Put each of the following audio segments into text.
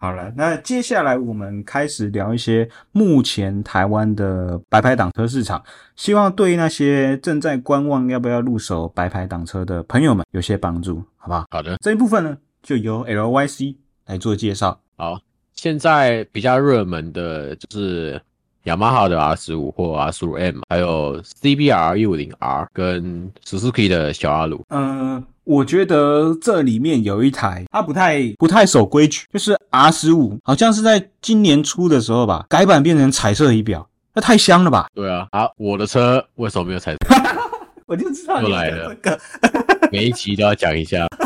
好了，那接下来我们开始聊一些目前台湾的白牌挡车市场，希望对那些正在观望要不要入手白牌挡车的朋友们有些帮助，好不好？好的，这一部分呢，就由 LYC 来做介绍。好，现在比较热门的就是雅马哈的 R 十五或 R 十五 M，还有 CBR 一五零 R 跟 Suzuki 的小阿鲁。嗯，我觉得这里面有一台它不太不太守规矩，就是 R 十五，好像是在今年初的时候吧，改版变成彩色仪表，那太香了吧！对啊，啊，我的车为什么没有彩色？我就知道又你来的了这个。每一集都要讲一下。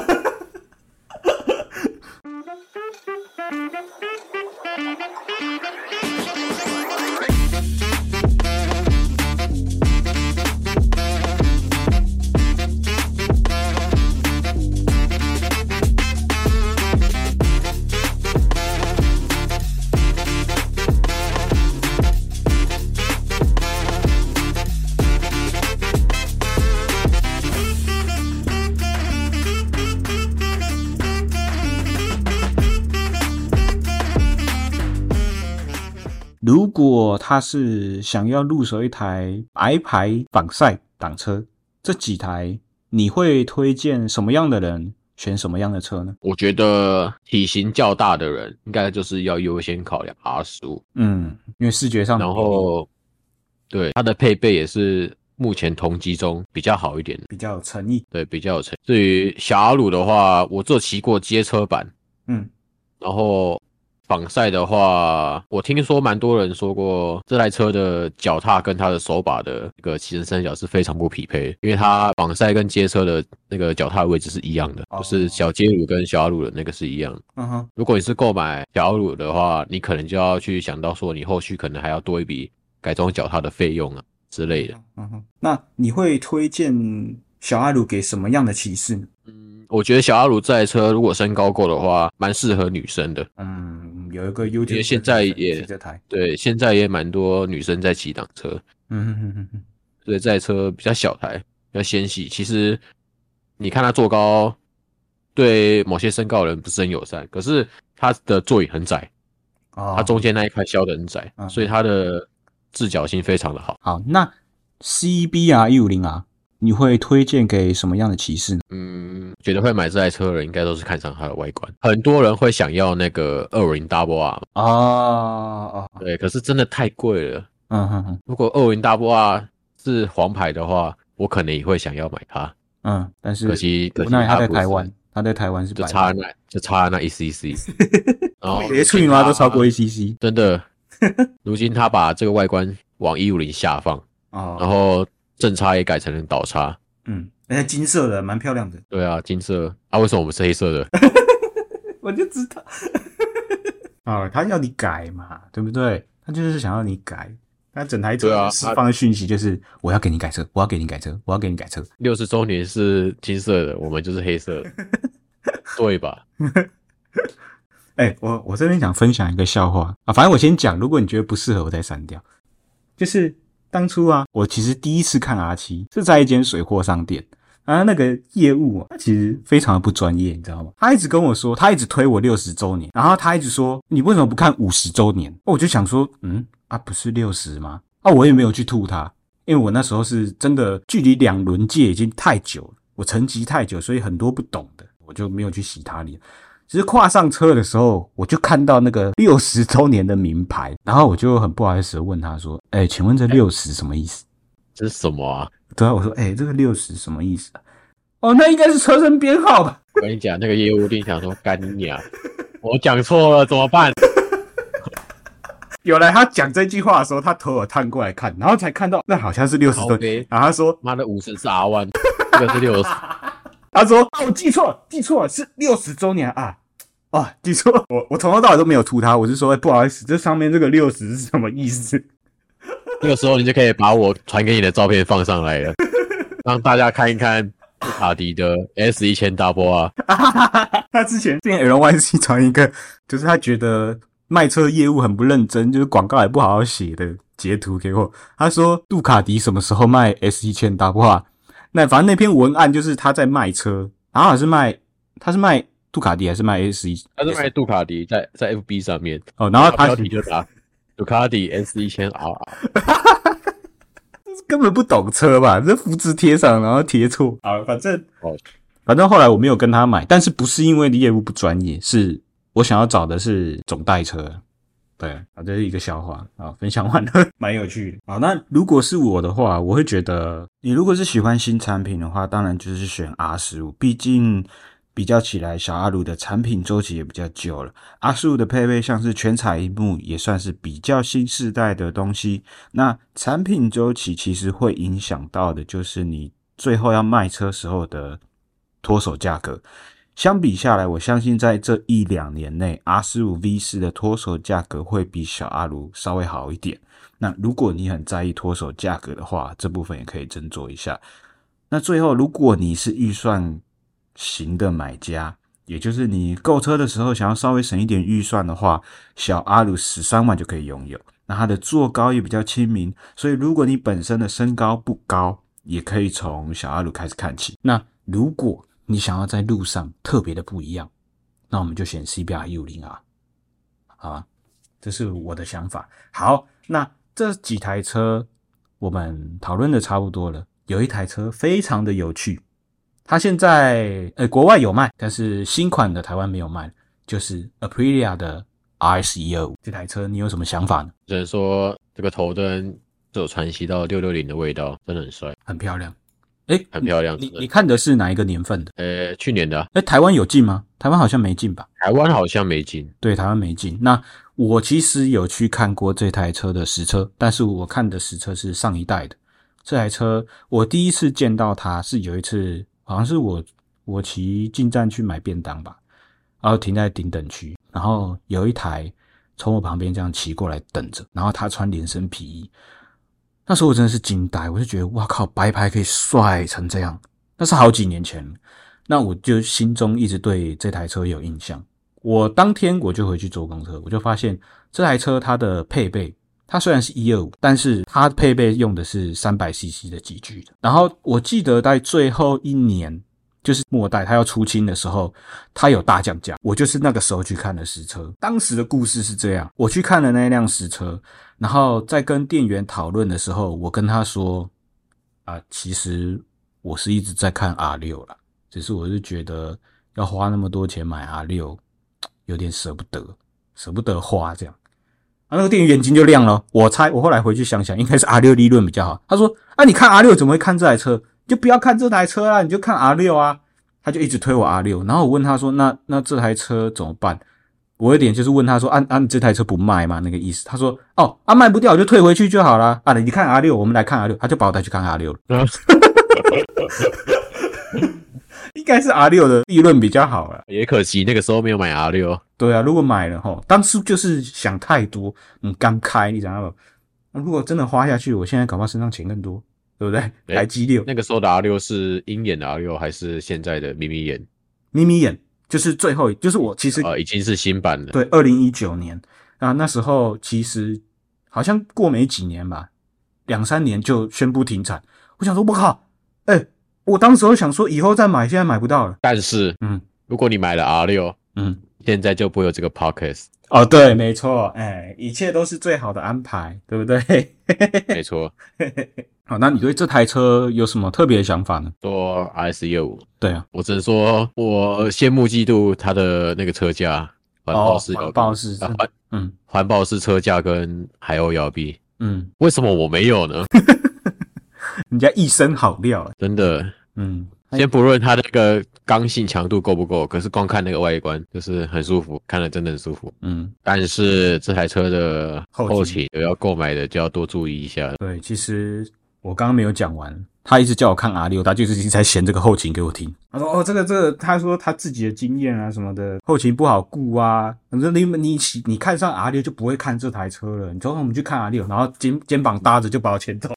如果他是想要入手一台白牌防晒挡车，这几台你会推荐什么样的人选什么样的车呢？我觉得体型较大的人，应该就是要优先考量 R 十五，嗯，因为视觉上的然比例后对它的配备也是目前同级中比较好一点的，比较有诚意。对，比较有成。至于小阿鲁的话，我只有骑过街车版，嗯，然后仿赛的话，我听说蛮多人说过，这台车的脚踏跟它的手把的那个骑乘三角是非常不匹配，因为它仿赛跟街车的那个脚踏位置是一样的，哦就是小街鲁跟小阿鲁的那个是一样的。嗯哼，如果你是购买小阿鲁的话，你可能就要去想到说，你后续可能还要多一笔改装脚踏的费用啊之类的。嗯哼。那你会推荐小阿鲁给什么样的骑士呢？嗯，我觉得小阿鲁这台车如果身高够的话，蛮适合女生的。嗯，有一个优点，因为现在也这台。对，现在也蛮多女生在骑挡车，嗯哼哼哼哼，所以这台车比较小台，比较纤细。其实你看它坐高，对某些身高的人不是很友善，可是它的座椅很窄，哦，它中间那一块削得很窄，嗯所以它的置脚性非常的好。好，那 CBR 一五零 R 你会推荐给什么样的骑士呢？嗯，觉得会买这台车的人，应该都是看上它的外观。很多人会想要那个二五零 Double R，啊哦哦，对，可是真的太贵了。嗯哼哼，如果二五零 Double R 是黄牌的话，我可能也会想要买它。嗯，但是可惜，可无惜奈他它在不是台湾，，他在台湾是就白差牌，哦那就差那一 cc，然后连处女妈蛙都超过一 cc 真 的。如今他把这个外观往一五零下放，然哦，后正叉也改成了倒叉。嗯，而且金色的蛮漂亮的，对啊，金色啊，为什么我们是黑色的？ 我就知 道，啊，他要你改嘛，对不对？他就是想要你改，他整台对车啊释他放的讯息就是我要给你改车，我要给你改车，我要给你改车，六十周年是金色的，我们就是 黑色的，对吧？哎、我我这边想分享一个笑话啊，反正我先讲，如果你觉得不适合，我再删掉。就是当初啊，我其实第一次看 R 七是在一间水货商店啊，那个业务啊，他其实非常的不专业，你知道吗？他一直跟我说，他一直推我六十周年，然后他一直说你为什么不看五十周年？我就想说，嗯啊，不是六十吗？啊，我也没有去吐他，因为我那时候是真的距离两轮界已经太久了，我沉寂太久，所以很多不懂的，我就没有去洗他脸。只是跨上车的时候，我就看到那个六十 周年的名牌，然后我就很不好意思地问他说：“哎、请问这六十什么意思这是什么啊？？”对啊，我说：“哎、这个六十什么意思、啊？”哦，那应该是车身编号吧？我跟你讲，那个业务一定想说干你娘，我讲错了怎么办？有来他讲这句话的时候，他头有探过来看，然后才看到那好像是六十靠周年背，然后他说妈的，五十是 R 万，这个是六十，他说：“啊，我记错了，记错了，是六十周年啊！啊，记错了，我我从头到尾都没有吐他，我是说、哎不好意思，这上面这个六十是什么意思？ 那个时候你就可以把我传给你的照片放上来了，让大家看一看布卡迪的 S 一千 Double 啊， 他之前之前 LYC 传一个，就是他觉得卖车业务很不认真，就是广告也不好好写的截图给我。他说杜卡迪什么时候卖 S E 一千 W？那反正那篇文案就是他在卖车，然后好像是卖他是卖杜卡迪还是卖 S 一，它是卖杜卡迪在在 FB 上面，哦，然后他啊标题就打杜卡迪 S 一千 R，根本不懂车吧？这复制贴上，然后贴错啊，反正哦反正后来我没有跟他买，但是不是因为业务不专业，是我想要找的是总代车。对啊，这是一个笑话啊，分享完了，蛮有趣的。好，那如果是我的话，我会觉得你如果是喜欢新产品的话，当然就是选 R 十五，毕竟比较起来，小阿鲁的产品周期也比较久了。R 十五的配备像是全彩屏幕，也算是比较新世代的东西。那产品周期其实会影响到的，就是你最后要卖车时候的脱手价格。相比下来，我相信在这一两年内，R 十五 V 四的脱手价格会比小阿鲁稍微好一点。那如果你很在意脱手价格的话，这部分也可以斟酌一下。那最后，如果你是预算型的买家，也就是你购车的时候想要稍微省一点预算的话，小阿鲁十三万就可以拥有。那它的坐高也比较亲民，所以如果你本身的身高不高，也可以从小阿鲁开始看起。那如果你想要在路上特别的不一样，那我们就选 CBR 一五零 R，好吧？这是我的想法。好，那这几台车我们讨论的差不多了。有一台车非常的有趣，它现在呃国外有卖，但是新款的台湾没有卖，就是 Aprilia 的 RS 一二五这台车，你有什么想法呢？只能说这个头灯是有传奇到六六零的味道，真的很帅，很漂亮，哎、很漂亮。你真的你看的是哪一个年份的？呃，去年的啊、哎、台湾有进吗？台湾好像没进吧？台湾好像没进，对，台湾没进。那我其实有去看过这台车的实车，但是我看的实车是上一代的。这台车我第一次见到它是有一次，好像是我我骑进站去买便当吧，然后停在顶等区，然后有一台从我旁边这样骑过来等着，然后他穿连身皮衣。那时候我真的是惊呆，我就觉得哇靠，白牌可以帅成这样，那是好几年前了。那我就心中一直对这台车有印象。我当天我就回去坐公车，我就发现这台车它的配备，它虽然是一二五，但是它配备用的是三百 CC 的机具的。然后我记得在最后一年，就是末代它要出清的时候，它有大降价。我就是那个时候去看的实车，当时的故事是这样：我去看了那辆实车，然后在跟店员讨论的时候，我跟他说：“啊，其实我是一直在看 R 六啦，只是我是觉得要花那么多钱买 R 六，有点舍不得，舍不得花这样。啊，那个店员眼睛就亮了。我猜，我后来回去想想，应该是 R 六利润比较好。他说：“啊，你看 R 六怎么会看这台车？你就不要看这台车啊，你就看 R 六啊。”他就一直推我 R 六，然后我问他说：“那那这台车怎么办？”我有点就是问他说：“啊啊，你这台车不卖吗？”那个意思。他说：“哦，啊卖不掉我就退回去就好啦。啊，你看 R 六，我们来看 R 六，他就把我带去看 R 六了。应该是 R 六的利润比较好了。也可惜那个时候没有买 R 六。对啊，如果买了吼，当初就是想太多，嗯，刚开，你知道吗？那如果真的花下去，我现在搞不好身上钱更多，对不对？对台积六，那个时候的 R 六是鹰眼的 R 六，还是现在的眯眯眼？眯眯眼，就是最后一，就是我其实呃，已经是新版了。对，二零一九年啊，那时候其实好像过没几年吧，两三年就宣布停产。我想说，我靠，哎、我当时候想说以后再买，现在买不到了。但是，嗯如果你买了 R 六，嗯，现在就不会有这个 Podcast，哦，对，没错，哎，一切都是最好的安排，对不对？没错。 好，那你对这台车有什么特别的想法呢？说 RS 1 5对啊，我只能说我羡慕嫉妒它的那个车价，环哦，保式摇环臂保式啊真环嗯环保式车架跟海鸥摇臂，嗯，为什么我没有 呢？人家一身好料，欸真的，嗯，先不论它那个刚性强度够不够，可是光看那个外观就是很舒服，看了真的很舒服。嗯，但是这台车的后期后期有要购买的就要多注意一下。对，其实我刚刚没有讲完，他一直叫我看 R 六，他就是一直在嫌这个后勤给我听。他说哦，这个这个，他说他自己的经验啊什么的，后勤不好顾啊。反正你你喜你看上 R 六就不会看这台车了，你说我们去看 R 六，然后肩 肩膀搭着就把我牵走。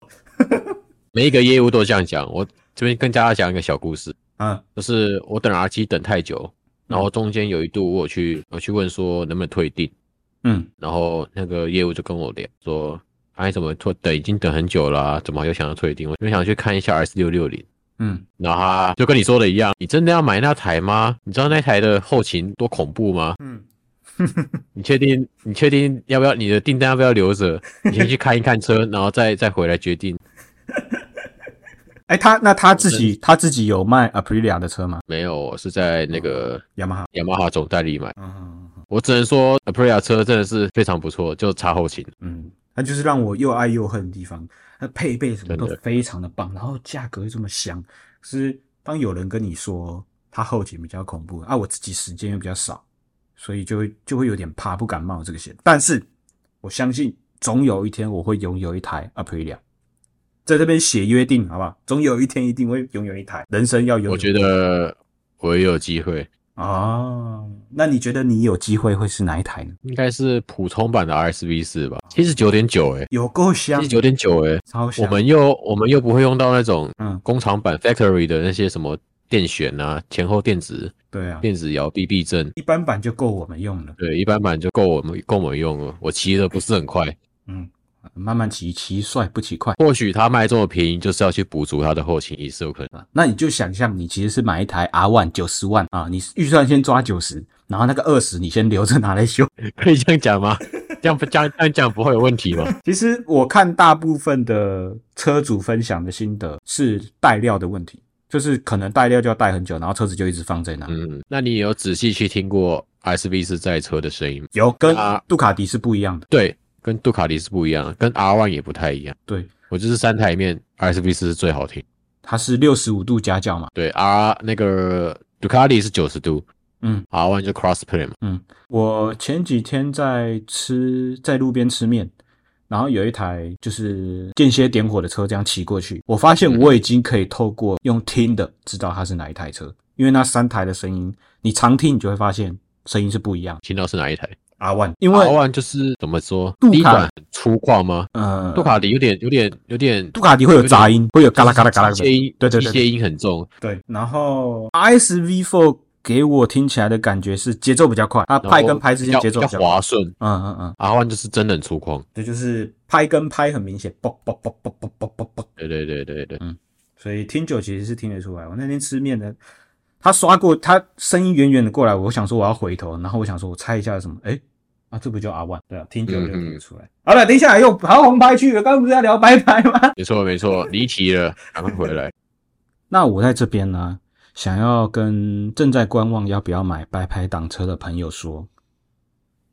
每一个业务都这样讲。我这边跟大家讲一个小故事，嗯就是我等 R 七等太久，然后中间有一度我有去我去问说能不能退订，嗯然后那个业务就跟我聊说，哎、怎么退等已经等很久了啊、怎么又想要退订？我就想去看一下 S 六六零，嗯，然后他就跟你说的一样，你真的要买那台吗？你知道那台的后勤多恐怖吗？嗯，你确定？你确定要不要你的订单要不要留着？你先去看一看车，然后再再回来决定。哎、他那他自己他自己有卖 Aprilia 的车吗？没有，是在那个雅马哈，雅马哈总代理买。嗯我只能说，Aprilia 车真的是非常不错，就差后勤。嗯，那就是让我又爱又恨的地方，它配备什么都真的非常的棒，然后价格又这么香。可是当有人跟你说它后勤比较恐怖啊，我自己时间又比较少，所以就会就会有点怕，不敢冒这个险。但是我相信总有一天我会拥有一台 Aprilia。在这边写约定，好不好？总有一天一定会拥有一台，人生要拥有。我觉得我也有机会，哦，那你觉得你有机会会是哪一台呢？应该是普通版的 RSV 四吧，七十九点九哎，有够香七十，九点九哎，超香。我们又我们又不会用到那种嗯，工厂版 factory 的那些什么电选啊、前后电子、对啊，电子摇臂避震，一般版就够我们用了。对，一般版就够我们够我们用了。我骑的不是很快，嗯，慢慢骑，骑帅不骑快或许它卖这么便宜，就是要去补足它的后勤，也是有可能。 啊。那你就想象你其实是买一台 R One 九十万啊，你预算先抓九十，然后那个二十你先留着拿来修。 可以这样讲吗？ 这样不这样这样讲不会有问题吗？其实我看大部分的车主分享的心得是带料的问题，就是可能带料就要带很久，然后车子就一直放在那。嗯，那你有仔细去听过 S V 是在车的声音吗？有跟啊杜卡迪是不一样的，对，跟杜卡迪是不一样的，跟 R One 也不太一样。对，我就是三台里面 S V 是最好听。它是六十五度夹角嘛。对，R 那个杜卡迪是九十度，嗯， ，R One 就 Crossplay 嘛。我前几天在吃，在路边吃面，然后有一台就是间歇点火的车这样骑过去，我发现我已经可以透过用听的知道它是哪一台车，因为那三台的声音，你常听你就会发现声音是不一样。听到是哪一台 R one，因？R 为啊 One 就是怎么说杜，卡低短很粗犷吗？呃，杜卡迪有点有点有点杜卡迪会有杂音，会有嘎啦嘎啦嘎啦机械的。音，对对对机械音很重，对，然后 RSV4 给我听起来的感觉是节奏比较快，它然后拍跟拍之间比较节奏比比较较滑快。顺。嗯嗯嗯， R One 就是真的很粗犷。这就是拍跟拍很明显，啵啵啵啵啵啵啵啵对对对对对，所以听久其实是听得出来。我那天吃面的，他刷过，他声音远远的过来，我想说我要回头，然后我想说我猜一下是什么，哎、啊，这不就 R one？对啊，听久就听得出来。好了，等一下又跑到红牌去了，刚刚不是要聊白牌吗？没错没错，离题了，赶快回来。那我在这边呢，想要跟正在观望要不要买白牌挡车的朋友说，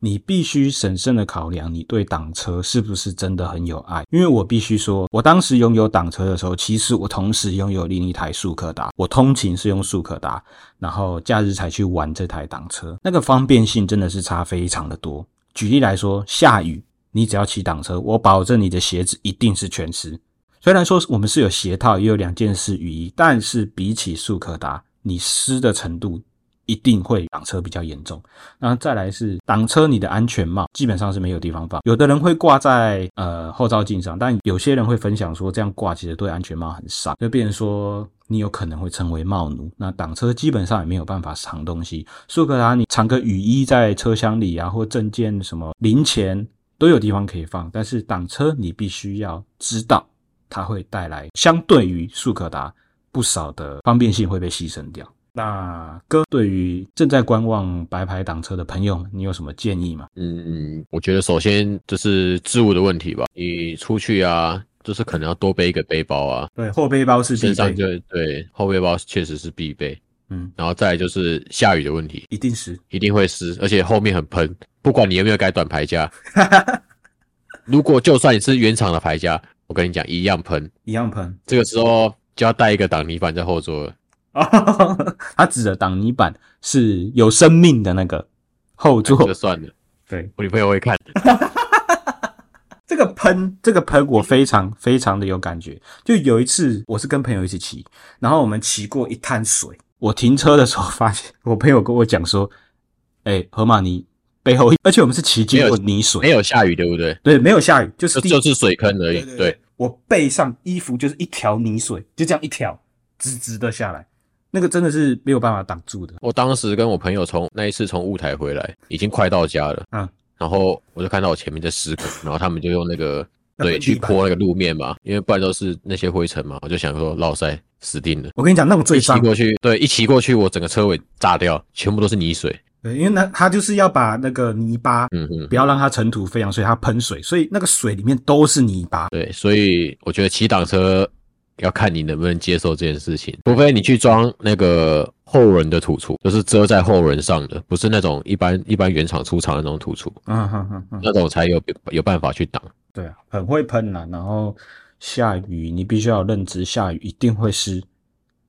你必须审慎的考量你对挡车是不是真的很有爱。因为我必须说，我当时拥有挡车的时候，其实我同时拥有另一台速克达，我通勤是用速克达，然后假日才去玩这台挡车，那个方便性真的是差非常的多。举例来说，下雨你只要骑挡车，我保证你的鞋子一定是全湿。虽然说我们是有鞋套，也有两件式雨衣，但是比起速可达，你湿的程度一定会挡车比较严重。那再来是挡车，你的安全帽基本上是没有地方放，有的人会挂在呃后照镜上，但有些人会分享说这样挂其实对安全帽很伤，就变成说你有可能会成为帽奴。那挡车基本上也没有办法藏东西，速可达你藏个雨衣在车厢里啊，或证件什么零钱都有地方可以放，但是挡车你必须要知道。它会带来相对于速可达不少的方便性会被牺牲掉。那哥，对于正在观望白牌挡车的朋友们，你有什么建议吗？嗯，我觉得首先就是置物的问题吧。你出去啊，就是可能要多背一个背包啊，对，后背包是身必上备，就对后背包确实是必备。嗯，然后再来就是下雨的问题，一定是。一定会湿，而且后面很喷，不管你有没有改短 排架，如果就算你是原厂的排架，我跟你讲一样喷。一样喷 这个时候就要带一个挡泥板在后座了。哦，他指的挡泥板是有生命的那个后这座个。算了，对，我女朋友会看。这个喷，这个喷，嗯我非常非常的有感觉。就有一次，我是跟朋友一起骑，然后我们骑过一滩水。我停车的时候发现，我朋友跟我讲说：“哎、河马尼背后，而且我们是骑经过泥水，没有下雨，对不对？对，没有下雨，就是就地就是水坑而已。对我背上衣服就是一条泥水，就这样一条直直的下来，那个真的是没有办法挡住的。我当时跟我朋友从那一次从雾台回来，已经快到家了。嗯，然后我就看到我前面在施工，然后他们就用那个 那个对去地板泼那个路面嘛，因为不然都是那些灰尘嘛。我就想说，老塞死定了。我跟你讲，那种一最骑脏，过去，对，一骑过去，我整个车尾炸掉，全部都是泥水。对，因为那他就是要把那个泥巴，嗯嗯，不要让它尘土飞扬，所以它喷水，所以那个水里面都是泥巴。对，所以我觉得骑挡车要看你能不能接受这件事情，除非你去装那个后轮的土厨，就是遮在后轮上的，不是那种一般一般原厂出厂的那种土厨，嗯哼哼哼，那种才有有办法去挡。对啊，很会喷啦。然后下雨，你必须要有认知，下雨一定会湿。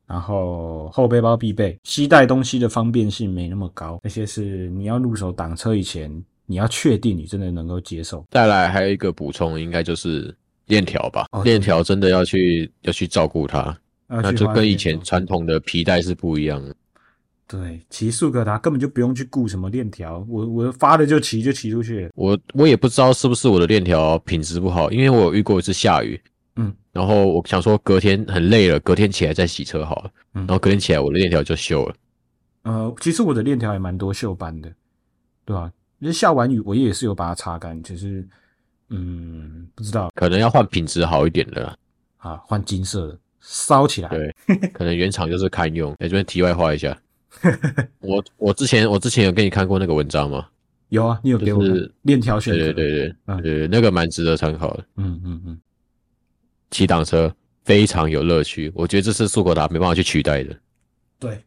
然后后背包必备，携带东西的方便性没那么高。那些是你要入手挡车以前，你要确定你真的能够接受。再来还有一个补充，应该就是链条吧哦，链条真的要去要去照顾它，要那去就花哦跟以点前多传统的皮带是不一样的。对骑速克达根本就不用去顾什么链条，我我发了就骑就骑出去了。我我也不知道是不是我的链条品质不好，因为我有遇过一次下雨，嗯，然后我想说隔天很累了，隔天起来再洗车好了，嗯然后隔天起来我的链条就锈了，呃，其实我的链条也蛮多锈斑的，对吧、啊？就是下完雨我也是有把它擦干，只是嗯不知道可能要换品质好一点的啦。啊，换金色的烧起来。对 可能原厂就是堪用。哎、这边题外话一下，我我之前我之前有给你看过那个文章吗？有啊，你有就给我看是链条选对择。对对对嗯对对，那个蛮值得参考的。嗯嗯嗯，骑挡车非常有乐趣，我觉得这是速克达没办法去取代的。对，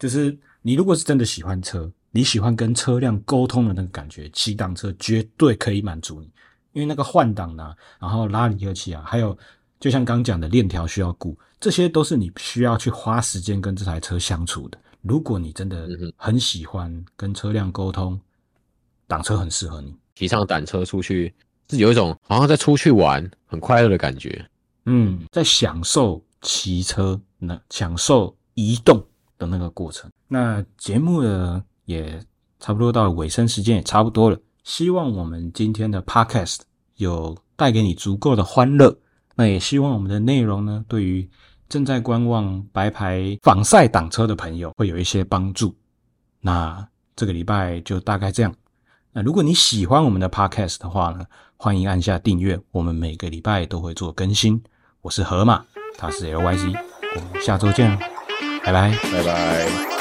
就是你如果是真的喜欢车，你喜欢跟车辆沟通的那个感觉，骑档车绝对可以满足你，因为那个换挡啊，然后拉离合器啊，还有就像刚讲的链条需要顾，这些都是你需要去花时间跟这台车相处的。如果你真的嗯哼很喜欢跟车辆沟通，挡车很适合你。骑上挡车出去，是有一种好像在出去玩很快乐的感觉。嗯，在享受骑车，那享受移动的那个过程。那节目的也差不多到了尾声，时间也差不多了。希望我们今天的 podcast 有带给你足够的欢乐。那也希望我们的内容呢，对于正在观望白牌仿赛挡车的朋友会有一些帮助。那这个礼拜就大概这样。那如果你喜欢我们的 podcast 的话呢，欢迎按下订阅，我们每个礼拜都会做更新。我是河马，他是 LYC，我们下周见，拜拜。拜拜。